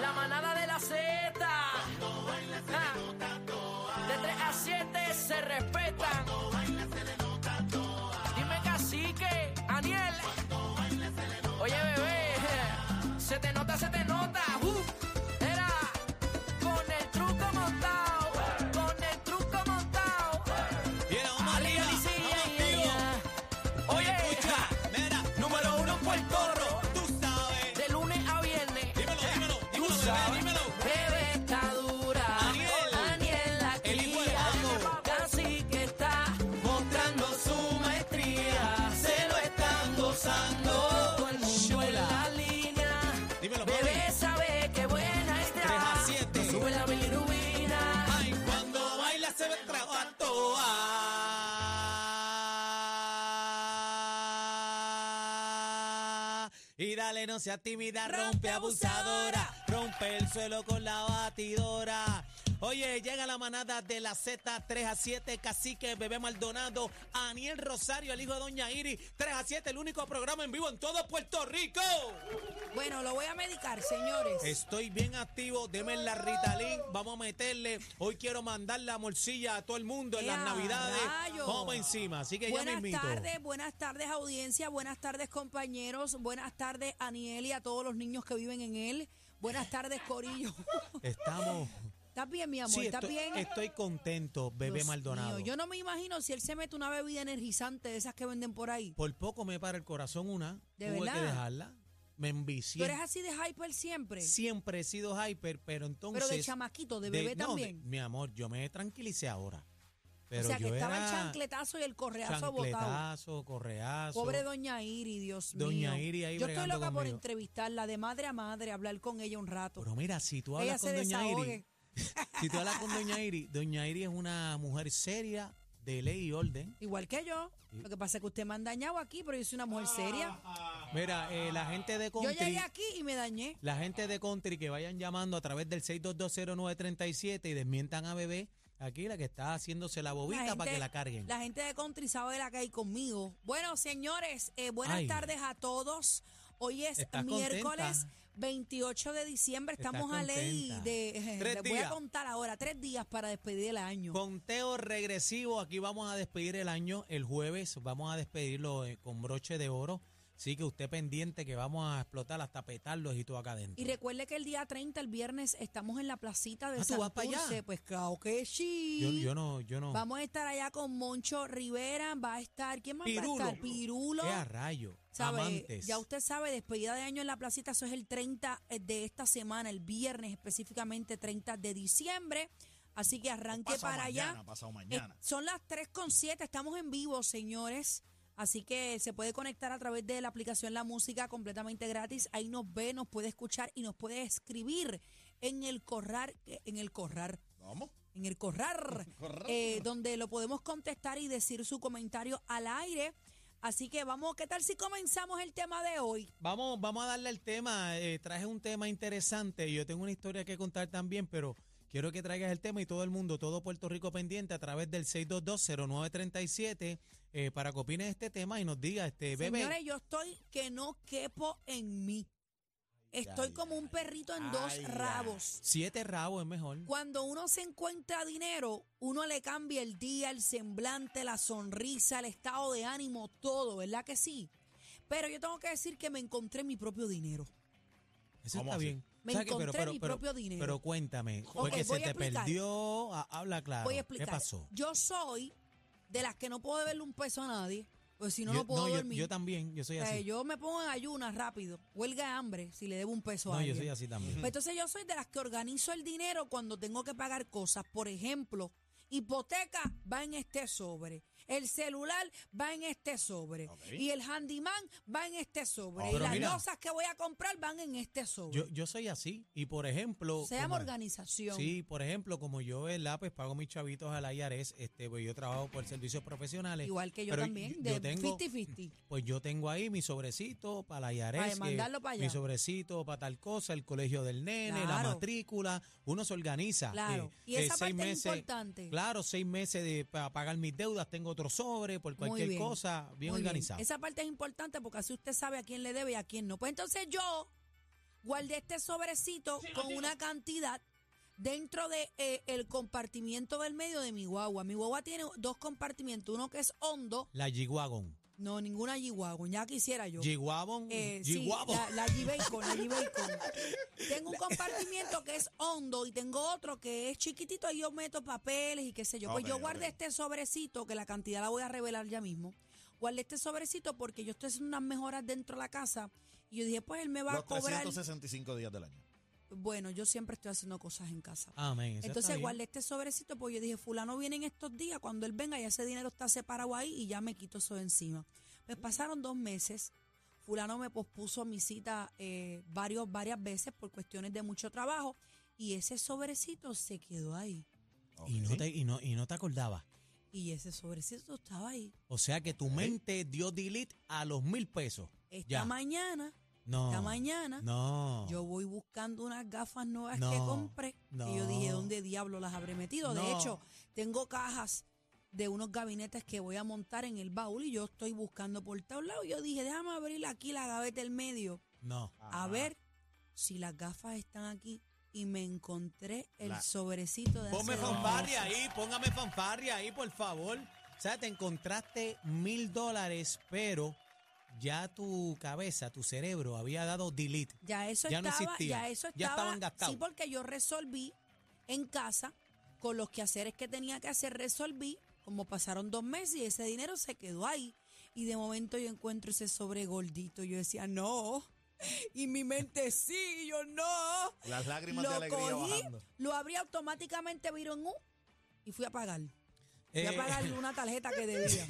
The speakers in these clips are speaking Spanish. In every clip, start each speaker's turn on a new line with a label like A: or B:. A: La manada de la Z. Ah. De 3 a 7 se respetan. Dime cacique, Aniel. Oye, bebé. Se te nota, se te nota. Uh. Era con el truco montado. Con el truco montado.
B: Viene Omar Ría,
A: Alegría,
B: vamos,
A: alegría.
B: tío.
A: Oye,
B: Escucha, mira, número uno Puerto Rico, tú sabes.
A: de lunes a viernes.
B: Dímelo, dímelo,
A: Tú
B: dímelo,
A: sabes.
B: bebé, dímelo.
A: Bebé está dura.
B: Aniel.
A: Aniel la
B: El hijo del
A: cría.
B: amo.
A: Casi que está
B: Mostrando su maestría, se lo están gozando.
A: todo el mundo en la línea.
B: Dímelo,
A: Bebé
B: Bobby.
A: sabe que buena
B: Tres
A: está.
B: a siete.
A: Sube la bilirubina.
B: Ay, cuando baila se ve trago a toa. Y dale, no seas tímida, rompe abusadora. Rompe el suelo con la batidora. Oye, llega la manada de la Z 3 a 7, Cacique, Bebé Maldonado, Aniel Rosario, el hijo de Doña Iri. 3 a 7, el único programa en vivo en todo Puerto Rico.
C: Bueno, lo voy a medicar, señores.
B: Estoy bien activo, deme la Ritalin, vamos a meterle. Hoy quiero mandar la morcilla a todo el mundo en las
C: ¡Ea,
B: navidades.
C: rayos!
B: Vamos encima, así que ya
C: buenas
B: mismito.
C: tardes, buenas tardes audiencia, buenas tardes compañeros, buenas tardes Aniel y a todos los niños que viven en él. Buenas tardes Corillo.
B: Estamos.
C: ¿Estás bien, mi amor?
B: Sí,
C: ¿Estás
B: estoy,
C: bien?
B: estoy contento, bebé
C: Dios
B: Maldonado.
C: mío, yo no me imagino si él se mete una bebida energizante de esas que venden por ahí.
B: Por poco me para el corazón una,
C: ¿De
B: tuve que
C: verdad?
B: dejarla. Me
C: ¿Tú
B: envicié.
C: eres así de hyper siempre?
B: Siempre he sido hyper, pero entonces.
C: pero de chamaquito, de
B: de-
C: bebé
B: no, de-
C: también.
B: mi amor, yo me tranquilicé ahora. Pero
C: o sea, que
B: yo
C: estaba el
B: era
C: chancletazo y el correazo botado.
B: chancletazo, correazo.
C: Pobre Doña Iri, Dios mío.
B: Doña Iri ahí
C: Yo estoy
B: bregando
C: loca por
B: conmigo.
C: entrevistarla de madre a madre, hablar con ella un rato.
B: Pero mira, si tú
C: Ella
B: hablas
C: se
B: con Doña Iri,
C: desahogue.
B: si tú hablas con Doña Iri, Doña Iri es una mujer seria, de ley y orden.
C: Igual que yo. Lo que pasa es que usted me han dañado aquí, pero yo soy una mujer seria.
B: Mira, eh, la gente de
C: Yo
B: Country,
C: llegué aquí y me dañé.
B: la gente de Country que vayan llamando a través del 6220937 y desmientan a Bebé, aquí la que está haciéndose la bobita para que la carguen.
C: la gente de Country sabe la que hay conmigo. Bueno, señores, eh, buenas
B: Ay.
C: tardes a todos. Hoy es
B: ¿Estás
C: miércoles
B: contenta?
C: 28 de diciembre.
B: ¿Estás
C: Estamos a ley
B: contenta?
C: de...
B: Tres
C: les voy
B: días.
C: a contar ahora. Tres días para despedir el año.
B: Conteo regresivo, aquí vamos a despedir el año el jueves, vamos a despedirlo eh, con broche de oro. Así que usted pendiente que vamos a explotar hasta petarlos y todo acá adentro.
C: Y recuerde que el día 30, el viernes, estamos en la placita de
B: Ah, ¿tú vas pa' allá?
C: Santurce. Pues claro que sí.
B: Yo, yo no, yo no.
C: Vamos a estar allá con Moncho Rivera, va a estar, ¿quién más va a estar? Pirulo.
B: Qué a rayo.
C: ¿sabe?
B: Amantes.
C: Ya usted sabe, despedida de año en la placita, eso es el 30 de esta semana, el viernes específicamente 30 de diciembre. Así que arranque
D: Pasado
C: para
D: mañana,
C: allá.
D: pasado
C: Eh,
D: mañana.
C: son las 3.7, estamos en vivo, señores. Así que se puede conectar a través de la aplicación La Música completamente gratis. Ahí nos ve, nos puede escuchar y nos puede escribir en el corral, en el corral,
D: Vamos.
C: en el corral,
D: Corral.
C: eh, donde lo podemos contestar y decir su comentario al aire. Así que vamos, ¿qué tal si comenzamos el tema de hoy?
B: Vamos, vamos a darle el tema. eh, traje un tema interesante. Yo tengo una historia que contar también, pero quiero que traigas el tema y todo el mundo, todo Puerto Rico pendiente a través del 6220937 eh, para que opines de este tema y nos diga, este
D: Eh,
B: bebé.
C: Señores, yo estoy que no quepo en mí. Estoy
D: ay,
C: como un perrito en dos
D: ay, ay.
C: rabos.
B: Siete rabos es mejor.
C: Cuando uno se encuentra dinero, uno le cambia el día, el semblante, la sonrisa, el estado de ánimo, todo, ¿verdad que sí? Pero yo tengo que decir que me encontré mi propio dinero.
B: Eso
D: ¿Cómo
B: está
D: así?
B: bien.
C: Me
B: ¿Sabes qué?
C: encontré mi propio dinero.
B: Pero cuéntame,
C: Ok,
B: porque se
C: voy a
B: te
C: explicar.
B: perdió. Ah, habla claro.
C: Voy a explicar.
B: ¿Qué pasó?
C: Yo soy de las que no puedo deberle un peso a nadie, pues si no,
B: Yo-
C: no puedo
B: yo,
C: dormir.
B: yo también, yo soy
C: O sea,
B: así.
C: yo me pongo en ayunas rápido, huelga de hambre si le debo un peso a
B: no, yo
C: alguien.
B: soy así también.
C: Pues entonces yo soy de las que organizo el dinero cuando tengo que pagar cosas. Por ejemplo, hipoteca va en este sobre. el celular va en este sobre
B: Ok.
C: y el handyman va en este sobre
B: Ah,
C: y
B: pero
C: las
B: mira.
C: cosas que voy a comprar van en este sobre.
B: Yo, yo soy así y por ejemplo...
C: Se llama
B: como-
C: organización.
B: Sí, por ejemplo, como yo, ¿verdad? Pues pago mis chavitos al IRS, este, pues yo trabajo por servicios profesionales.
C: Igual que yo
B: pero
C: también, de
B: yo tengo-
C: 50-50.
B: Pues yo tengo ahí mi sobrecito para la IARES.
C: Para mandarlo para allá.
B: Mi sobrecito para tal cosa, el colegio del nene,
C: Claro.
B: la matrícula. Uno se organiza.
C: Claro. Y esa parte es importante.
B: Claro, seis meses de, para pagar mis deudas. Tengo otro sobre por
C: Muy
B: cualquier
C: bien,
B: cosa. Bien
C: Muy bien.
B: organizado.
C: Esa parte es importante porque así usted sabe a quién le debe y a quién no. Pues entonces yo guardé este sobrecito con una cantidad dentro de eh, el compartimiento del medio de mi guagua. Mi guagua tiene dos compartimientos, uno que es hondo,
B: La G-Wagon.
C: no ninguna G-Wagon, ya quisiera yo.
B: G-Wagon.
D: Mm,
C: Eh, sí,
B: G-Wagon.
C: la, la G-Bacon, la G-Bacon. Tengo un compartimiento que es hondo y tengo otro que es chiquitito y yo meto papeles y qué sé yo. Pues yo
D: Ok,
C: guardé
D: ok.
C: este sobrecito, que la cantidad la voy a revelar ya mismo. Guardé este sobrecito porque yo estoy haciendo unas mejoras dentro de la casa y yo dije, pues él me va a
D: Los
C: cobrar.
D: 365 días del año.
C: Bueno, yo siempre estoy haciendo cosas en casa.
B: Amén. esa está
C: Entonces
B: bien.
C: guardé este sobrecito porque yo dije, fulano viene en estos días, cuando él venga ya ese dinero está separado ahí y ya me quito eso de encima. Pues pasaron dos meses, fulano me pospuso mi cita eh, varios, varias veces por cuestiones de mucho trabajo y ese sobrecito se quedó ahí.
B: Y, no
D: Ok.
B: te, y, no, y no te acordabas.
C: Y ese sobrecito estaba ahí.
B: O sea que tu mente dio delete a los mil pesos.
C: Esta
B: Ya.
C: mañana,
B: No.
C: esta mañana,
B: No.
C: yo voy buscando unas gafas nuevas
B: Oh. No,
C: que compré. Y yo dije,
B: no.
C: ¿dónde diablo las habré metido? De
B: No.
C: hecho, tengo cajas de unos gabinetes que voy a montar en el baúl y yo estoy buscando por todos lados. Yo dije, déjame abrir aquí la gaveta del medio
B: No.
C: a ver si las gafas están aquí. Y me encontré el
D: La-
C: sobrecito de
B: Ponme
C: hace dos
B: fanfarria
C: meses.
B: ahí, póngame fanfarria ahí, por favor. O sea, te encontraste mil dólares, pero ya tu cabeza, tu cerebro había dado delete.
C: Ya eso
B: Ya no
C: estaba,
B: existía.
C: ya eso estaba.
B: Ya estaban gastados.
C: Sí, porque yo resolví en casa con los quehaceres que tenía que hacer, resolví, como pasaron dos meses y ese dinero se quedó ahí. Y de momento yo encuentro ese sobre gordito. Yo decía, no. Y mi mente sí, y yo no.
D: Las lágrimas de
C: Lo
D: alegría
C: cogí,
D: bajando.
C: lo abrí automáticamente, viro en U y fui a pagar. Fui a
B: Eh,
C: pagarle una tarjeta que debía.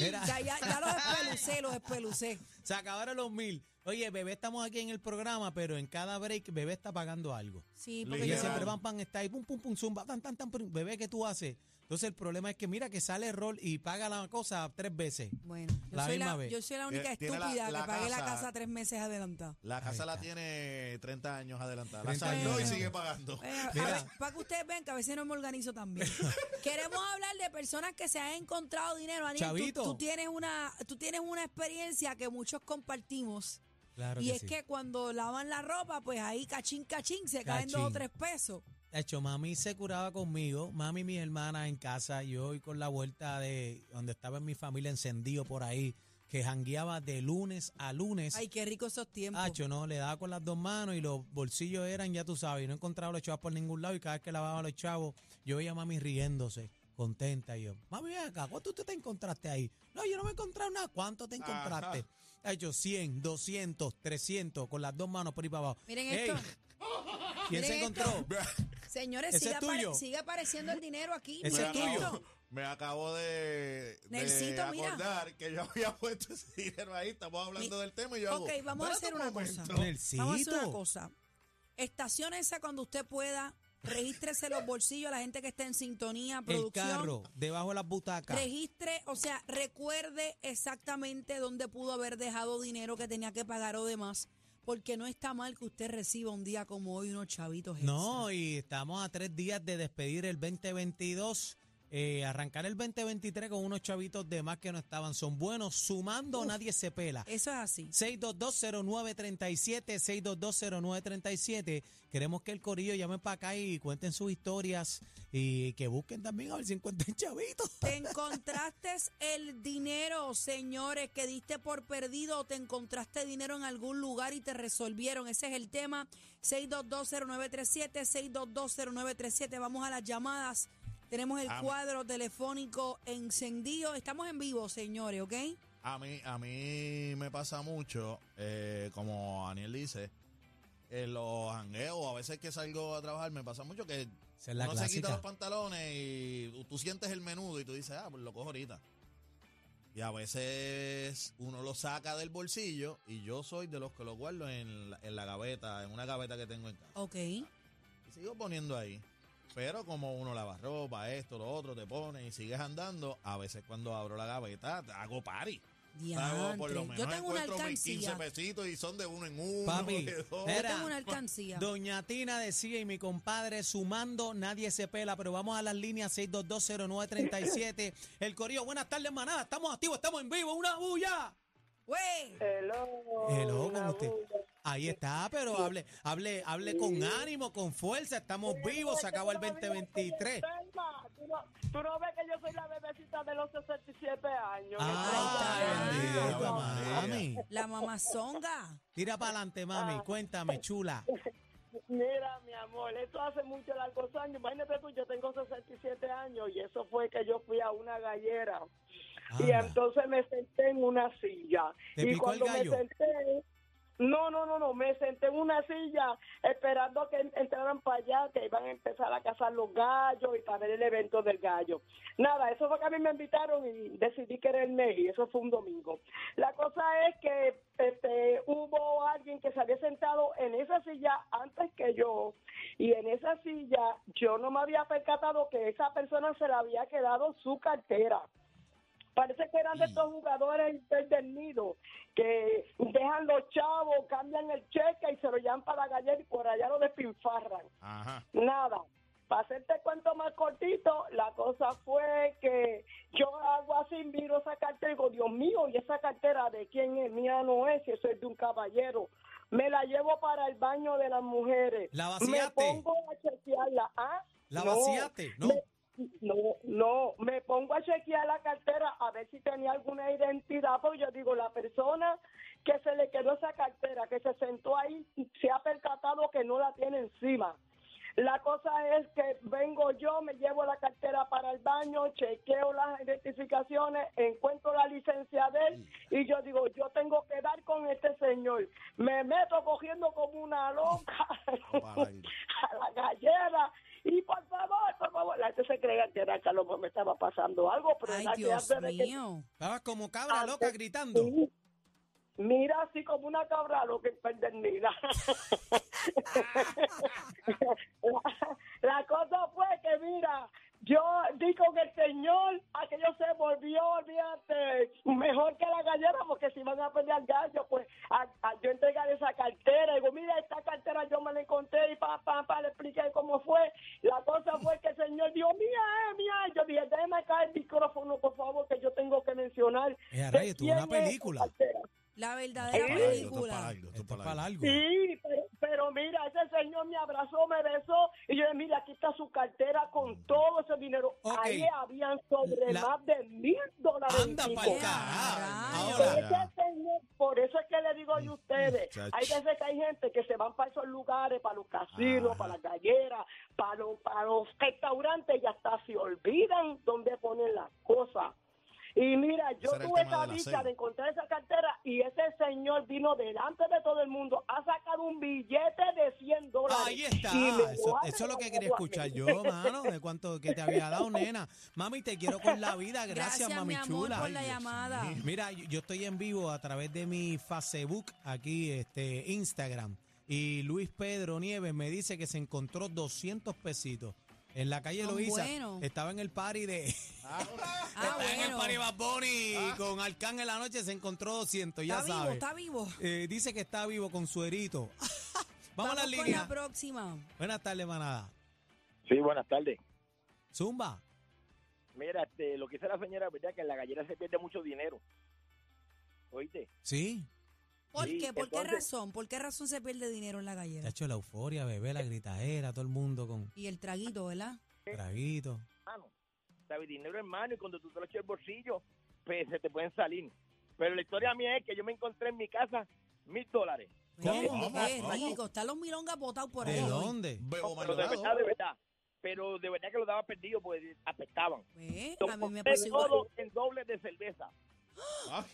B: era-
C: O sea, ya, ya los espelucé, los espelucé.
B: se acabaron los mil. Oye, bebé, estamos aquí en el programa, pero en cada break, bebé está pagando algo.
C: Sí,
D: Lo
C: porque
B: Ella
D: Literal.
C: yo-
B: siempre van, pan, está ahí, pum, pum, pum, zumba, tan, tan, tan, pum, bebé, ¿qué tú haces? Entonces el problema es que mira que sale error y paga la cosa tres veces.
C: Bueno, yo,
B: La
C: soy
B: misma
C: la,
B: vez.
C: yo soy la única
D: Eh, Tiene la-
C: estúpida
D: la
C: que pagué la
D: casa.
C: casa tres meses adelantada.
D: La casa la
B: está.
D: tiene 30 años adelantada. La
B: 30
D: salió y
B: años.
D: sigue pagando.
C: Eh,
B: Mira.
C: para que ustedes vean que a veces no me organizo también. Queremos hablar de personas que se han encontrado dinero. Aniel, tú-
B: Chavito.
C: Tú, tienes una, tú tienes una experiencia que muchos compartimos.
B: Claro
C: y
B: que
C: es
B: sí.
C: que cuando lavan la ropa, pues ahí cachín, cachín, se caen
B: Cachín.
C: dos o tres pesos.
B: De hecho, mami se curaba conmigo, mami y mis hermanas en casa, yo y con la vuelta de donde estaba en mi familia encendido por ahí, que jangueaba de lunes a lunes.
C: Ay, qué rico esos tiempos.
B: Hacho, no, le daba con las dos manos y los bolsillos eran, ya tú sabes, y no encontraba los chavos por ningún lado y cada vez que lavaba los chavos, yo veía a mami riéndose, contenta y yo, mami, ven acá, ¿cuánto tú te encontraste ahí? No, yo no me encontré nada, ¿cuánto te encontraste? Hacho, 100, 200, 300, con las dos manos por ahí para abajo.
C: Miren
B: Ey,
C: esto.
B: ¿Quién se
C: Miren esto.
B: encontró?
C: Señores,
B: Ese
C: sigue,
B: es
C: apare-
B: tuyo.
C: sigue apareciendo el dinero aquí.
B: Ese
D: me,
C: Miren
B: es tuyo.
C: esto.
D: acabo, me acabo de, de
C: Nelsito, mira.
D: acordar que yo había puesto ese dinero ahí. Estamos hablando
C: Mi-
D: del tema y yo hago,
C: Ok, vamos a
D: "Espérate
C: hacer
D: un
C: una
D: momento".
C: cosa.
B: Nelsito.
C: Vamos a hacer una cosa. Estaciónese cuando usted pueda. Regístrese los bolsillos a la gente que esté en sintonía,
B: El
C: producción.
B: carro, debajo de las butacas.
C: Registre, o sea, recuerde exactamente dónde pudo haber dejado dinero que tenía que pagar o demás. Porque no está mal que usted reciba un día como hoy unos chavitos. extra.
B: No, y estamos a tres días de despedir el 2022. eh, arrancar el 2023 con unos chavitos de más que no estaban. Son buenos. Sumando, nadie se pela.
C: Eso es así.
B: 6220937, 6220937. Queremos que el corillo llame para acá y cuenten sus historias y que busquen también a ver si encuentran chavitos.
C: ¿Te encontraste el dinero, señores, que diste por perdido o te encontraste dinero en algún lugar y te resolvieron? Ese es el tema. 6220937, 6220937. Vamos a las llamadas. Tenemos el
D: Am-
C: cuadro telefónico encendido. Estamos en vivo, señores, ¿ok?
D: A mí, a mí me pasa mucho, eh, como Daniel dice, en los jangueos, a veces que salgo a trabajar, me pasa mucho que
B: Esa es la
D: uno se quita los
B: clásica.
D: pantalones y tú sientes el menudo y tú dices, ah, pues lo cojo ahorita. Y a veces uno lo saca del bolsillo y yo soy de los que lo guardo en la, en la gaveta, en una gaveta que tengo en casa.
C: Ok.
D: Y sigo poniendo ahí. Pero como uno lava ropa, esto, lo otro, te pones y sigues andando, a veces cuando abro la gaveta hago party. Hago por
C: Diantre.
D: lo menos
C: Yo tengo una
D: encuentro mis 15
C: alcancía. eh.
D: pesitos y son de uno en uno.
B: Papi,
D: de dos.
B: era-
C: Tengo una alcancía.
B: Doña Tina decía y mi compadre sumando, nadie se pela, pero vamos a las líneas 6220937. El Corillo, buenas tardes, manada. Estamos activos, estamos en vivo, una bulla.
C: Güey.
E: Hello.
B: Hello,
E: una
B: con usted.
E: bulla.
B: Ahí está, pero hable, hable, hable con ánimo, con fuerza. Estamos vivos, se acaba el
E: Tú no ves que yo estoy
B: 2023.
E: enferma. Tú no, tú no ves que yo soy la bebecita de los 67 años.
C: Ay,
B: Ay,
C: está.
B: bendito,
D: Ave
B: mami.
C: La mamazonga.
B: Tira para adelante,
C: Ah.
B: mami. Cuéntame, chula.
E: Mira, mi amor, eso hace muchos largos años. Imagínate tú, yo tengo 67 años y eso fue que yo fui a una gallera. Y
B: Anda.
E: entonces me senté en una silla.
B: ¿Te
E: y
B: picó el
E: cuando
B: gallo?
E: me senté, no, no, no, no, me senté en una silla esperando que en- entraran para allá, que iban a empezar a cazar los gallos y para ver el evento del gallo. Nada, eso fue que a mí me invitaron y decidí quererme y eso fue un domingo. La cosa es que este, hubo alguien que se había sentado en esa silla antes que yo y en esa silla yo no me había percatado que esa persona se le había quedado su cartera. Parece que eran de
B: Mm.
E: estos jugadores del nido que dejan los chavos, cambian el cheque y se lo llevan para la gallera y por allá lo despinfarran.
D: Ajá.
E: Nada. Para hacerte el cuento más cortito, la cosa fue que yo hago así, miro esa cartera y digo, Dios mío, ¿y esa cartera de quién es? Mía no es, eso es de un caballero. Me la llevo para el baño de las mujeres.
B: ¿La
E: Me
B: vaciaste?
E: pongo a chequearla. ¿Ah?
B: ¿La
E: No.
B: vaciaste? No.
E: Me- no, no, me pongo a chequear la cartera a ver si tenía alguna identidad, porque yo digo, la persona que se le quedó esa cartera, que se sentó ahí, se ha percatado que no la tiene encima. La cosa es que vengo yo, me llevo la cartera para el baño, chequeo las identificaciones, encuentro la licencia de él y yo digo, yo tengo que dar con este señor. Me meto cogiendo como una loca
D: para el-
E: a la gallera y por favor, por favor, la gente se creía que era Carlos, pues me estaba pasando algo, pero
C: Ay,
E: era que
C: Dios
E: antes de que-
C: mío.
B: Estabas como
C: Ah,
B: cabra
E: Antes-
B: loca gritando.
E: Mira así como una cabra lo que perdernida. la, la cosa fue que mira, yo digo que el señor aquello se volvió, olvídate, mejor que la gallera porque si van a pelear gallo, pues a, a yo entregar esa cartera, digo, mira esta cartera yo me la encontré y pa pa pa le expliqué cómo fue. La cosa fue que el señor dijo, mira, eh, mira, yo dije, déjeme acá el micrófono, por favor, que yo tengo que mencionar
B: Eh, a
E: ¿De
B: rayos, esto es una
E: quién es
B: película.
E: esa cartera?
C: La verdadera
D: Esto es para algo,
C: película.
D: esto es para algo, esto
B: Esto
D: es para algo.
B: algo.
E: Sí, pero, pero mira, ese señor me abrazó, me besó y yo dije, mira, aquí está su cartera con todo ese dinero.
B: Ok.
E: Ahí habían sobre
B: La-
E: más de mil dólares.
B: Anda
E: en
B: pa'l
E: Bitcoin.
B: carajo.
C: Ay,
E: Por
D: Ahora.
B: Ahora,
E: ese señor- por eso es que le digo
D: Mm,
E: yo a ustedes,
D: muchacho.
E: hay veces que hay gente que se van para esos lugares, para los casinos,
D: Ajá.
E: para las galleras, para los, para los restaurantes y hasta se olvidan dónde ponen las cosas. Y mira, yo
D: Ese era el
E: tuve
D: tema
E: esa
D: de la
E: dicha
D: cena.
E: de encontrar esa cartera y ese señor vino delante de todo el mundo, ha sacado un billete de 100 dólares.
B: Ahí está.
E: y me
C: "Ah,
E: lo
B: Eso,
E: ha
B: eso es lo que quería
E: regalado a mí.
B: escuchar yo, mano, de cuánto que te había dado, nena. Mami, te quiero con la vida. Gracias, mami
C: mi amor,
B: chula.
C: por
B: Ay,
C: la
B: Dios
C: llamada.
B: mío. Mira, yo, yo estoy en vivo a través de mi Facebook, aquí, este, Instagram. Y Luis Pedro Nieves me dice que se encontró 200 pesitos. En la calle
C: Son
B: Loíza.
C: buenos.
B: Estaba en el party de.
C: Ah,
B: estaba en el party
C: bueno. Ah.
B: Bad Bunny. Y con Arcán en la noche se encontró 200, ya
C: Está vivo,
B: sabes.
C: está vivo.
B: Eh, dice que está vivo con suerito. Vamos, a la
C: con
B: línea.
C: la próxima.
B: Buenas tardes, manada.
F: Sí, buenas tardes.
B: Zumba.
F: Mira, este, lo que dice la señora, verdad que en la gallera se pierde mucho dinero. ¿Oíste?
B: Sí.
C: ¿Por
F: Sí,
C: qué? ¿Por qué
F: entonces-
C: razón? ¿Por qué razón se pierde dinero en la
B: Se ha
C: gallera?
B: hecho la euforia, bebé, la gritadera, todo el mundo con
C: Y el traguito, ¿verdad?
B: traguito.
F: Mano, ¿sabes? Dinero en mano y cuando tú te lo echas el bolsillo, pues se te pueden salir. Pero la historia mía es que yo me encontré en mi casa mil dólares.
C: Oye,
D: ¿Cómo?
C: Qué
D: ¿Cómo?
C: rico. Están los milongas botados por
B: ¿De
C: ahí.
B: dónde?
D: Bebo
F: pero de
D: Maldonado.
F: verdad, de verdad. Pero de verdad que lo daba perdido porque pues, apestaban.
C: ¿Ve?
F: Lo
C: A mí me
F: compré
C: pasó igual.
F: todo en doble de cerveza.
D: Ah,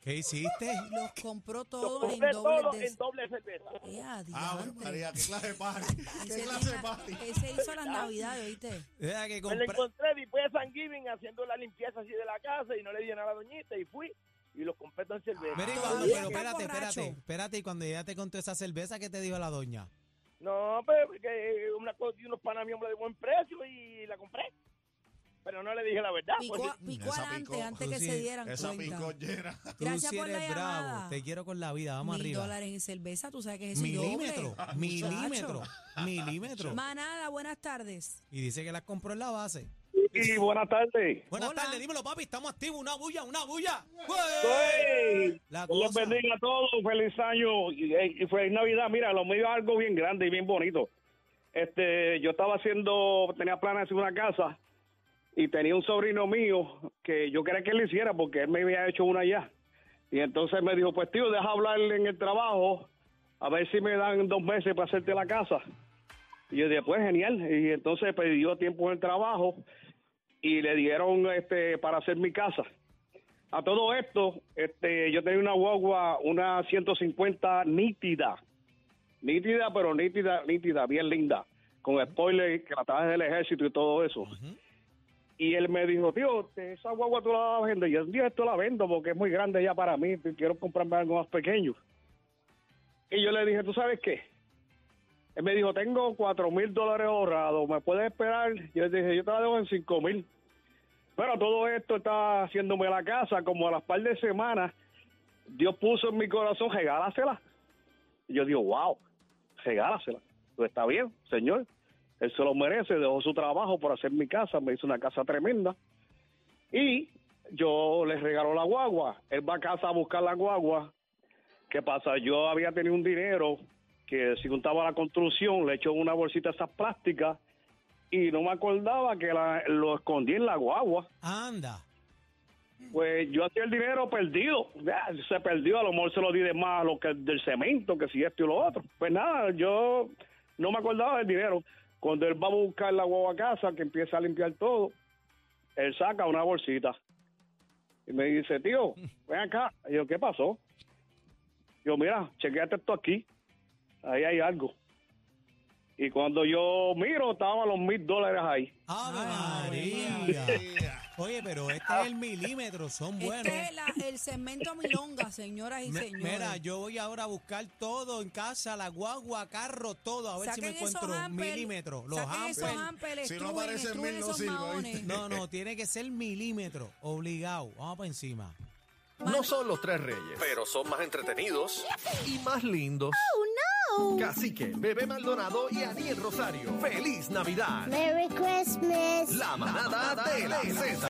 B: ¿Qué hiciste?
C: Los compró
F: Lo
C: todos en
F: compré todo
C: doble Eh,
F: en doble cerveza.
D: Ave ah, María, qué clase de party. Qué clase de party.
C: Ese hizo las navidades, ¿oíste?
B: Deja que
F: Me la
B: compra-
F: encontré después de San Giving haciendo la limpieza así de la casa y no le di nada a la doñita y fui y los compré todo en cerveza.
B: Mira, y cuando,
C: Todavía
B: pero
C: está
B: espérate,
C: borracho.
B: espérate, espérate. Y cuando llegaste con toda esa cerveza, ¿qué te dijo la doña?
F: No, pero porque una cosa de unos panamíos de buen precio y la compré. Pero no le dije la
E: ah,
F: verdad. pues,
C: Picó,
F: porque-
C: picó
D: esa
C: adelante,
D: picó.
C: antes que
B: Sí,
C: se dieran
D: Esa
C: cuenta.
D: picó llena.
B: Tú
C: Gracias
B: sí
C: por la
B: eres
C: llamada.
B: bravo, te quiero con la vida, vamos
C: Mil
B: arriba.
C: dólares en cerveza, tú sabes que es eso. y
B: Milímetro,
C: doble. Ah,
B: milímetro,
C: Muchacho.
B: milímetro.
C: Manada, buenas tardes.
B: Y dice que las compró en la base.
F: Y buenas tardes.
B: Buenas
C: Hola.
B: tardes, dímelo, papi, estamos activos, una bulla, una bulla.
F: ¡Ey!
B: La
F: Dios
B: cosa.
F: bendiga a todos, feliz año y, eh, y feliz Navidad. Mira, lo mío es algo bien grande y bien bonito. Este, yo estaba haciendo, tenía planes de hacer una casa y tenía un sobrino mío que yo quería que él hiciera porque él me había hecho una ya. Y entonces me dijo, pues tío, deja hablarle en el trabajo a ver si me dan dos meses para hacerte la casa. Y yo dije, pues genial. Y entonces pidió tiempo en el trabajo y le dieron este para hacer mi casa. A todo esto, este, yo tenía una guagua, una 150 nítida. Nítida, pero nítida, nítida, bien linda. Con spoiler, que la traje del ejército y todo eso. Y él me dijo, tío, te- esa guagua tú la vas a vender. Y yo, tío, esto la vendo porque es muy grande ya para mí. Quiero comprarme algo más pequeño. Y yo le dije, ¿tú sabes qué? Él me dijo, tengo cuatro mil dólares ahorrados, ¿me puedes esperar? Yo le dije, yo te la dejo en cinco mil. Pero todo esto está haciéndome la casa, como a las par de semanas, Dios puso en mi corazón, regálasela. Y yo digo, wow, regálasela. Pues está bien, señor, él se lo merece, dejó su trabajo por hacer mi casa, me hizo una casa tremenda. Y yo le regaló la guagua, él va a casa a buscar la guagua. ¿Qué pasa? Yo había tenido un dinero que si juntaba la construcción, le echó una bolsita de esas plásticas y no me acordaba que la- lo escondí en la guagua.
B: Anda.
F: Pues yo hacía el dinero perdido. Ya, Se perdió, a lo mejor se lo di de más a lo que del cemento, que si esto y lo otro. Pues nada, yo no me acordaba del dinero. Cuando él va a buscar la guagua a casa, que empieza a limpiar todo, él saca una bolsita. Y me dice, tío, ven acá. Y yo, ¿qué pasó? Yo, mira, chequeate esto aquí. Ahí hay algo. Y cuando yo miro, estaban los mil dólares ahí.
B: Ave María. Oye, pero este es el milímetro, son buenos.
C: Este es la- el segmento milonga, señoras y
B: Me-
C: señores.
B: Mira, yo voy ahora a buscar todo en casa, la guagua, carro, todo, a ver si me
C: Saquen esos
B: encuentro
C: hamper,
B: milímetros. Los
C: saquen esos
B: hamper.
C: hamper,
D: Si no
C: estruen,
D: aparecen
C: estruen
D: mil, no
C: esos
D: sirve, ¿oíste?
C: maones.
B: No, no, tiene que ser milímetro, obligado. Vamos para encima.
G: No son los tres reyes, pero son más entretenidos y más lindos. ¡Oh, no! Cacique, Bebé Maldonado y Aniel Rosario. ¡Feliz Navidad!
H: Merry Christmas.
G: La manada de la Z.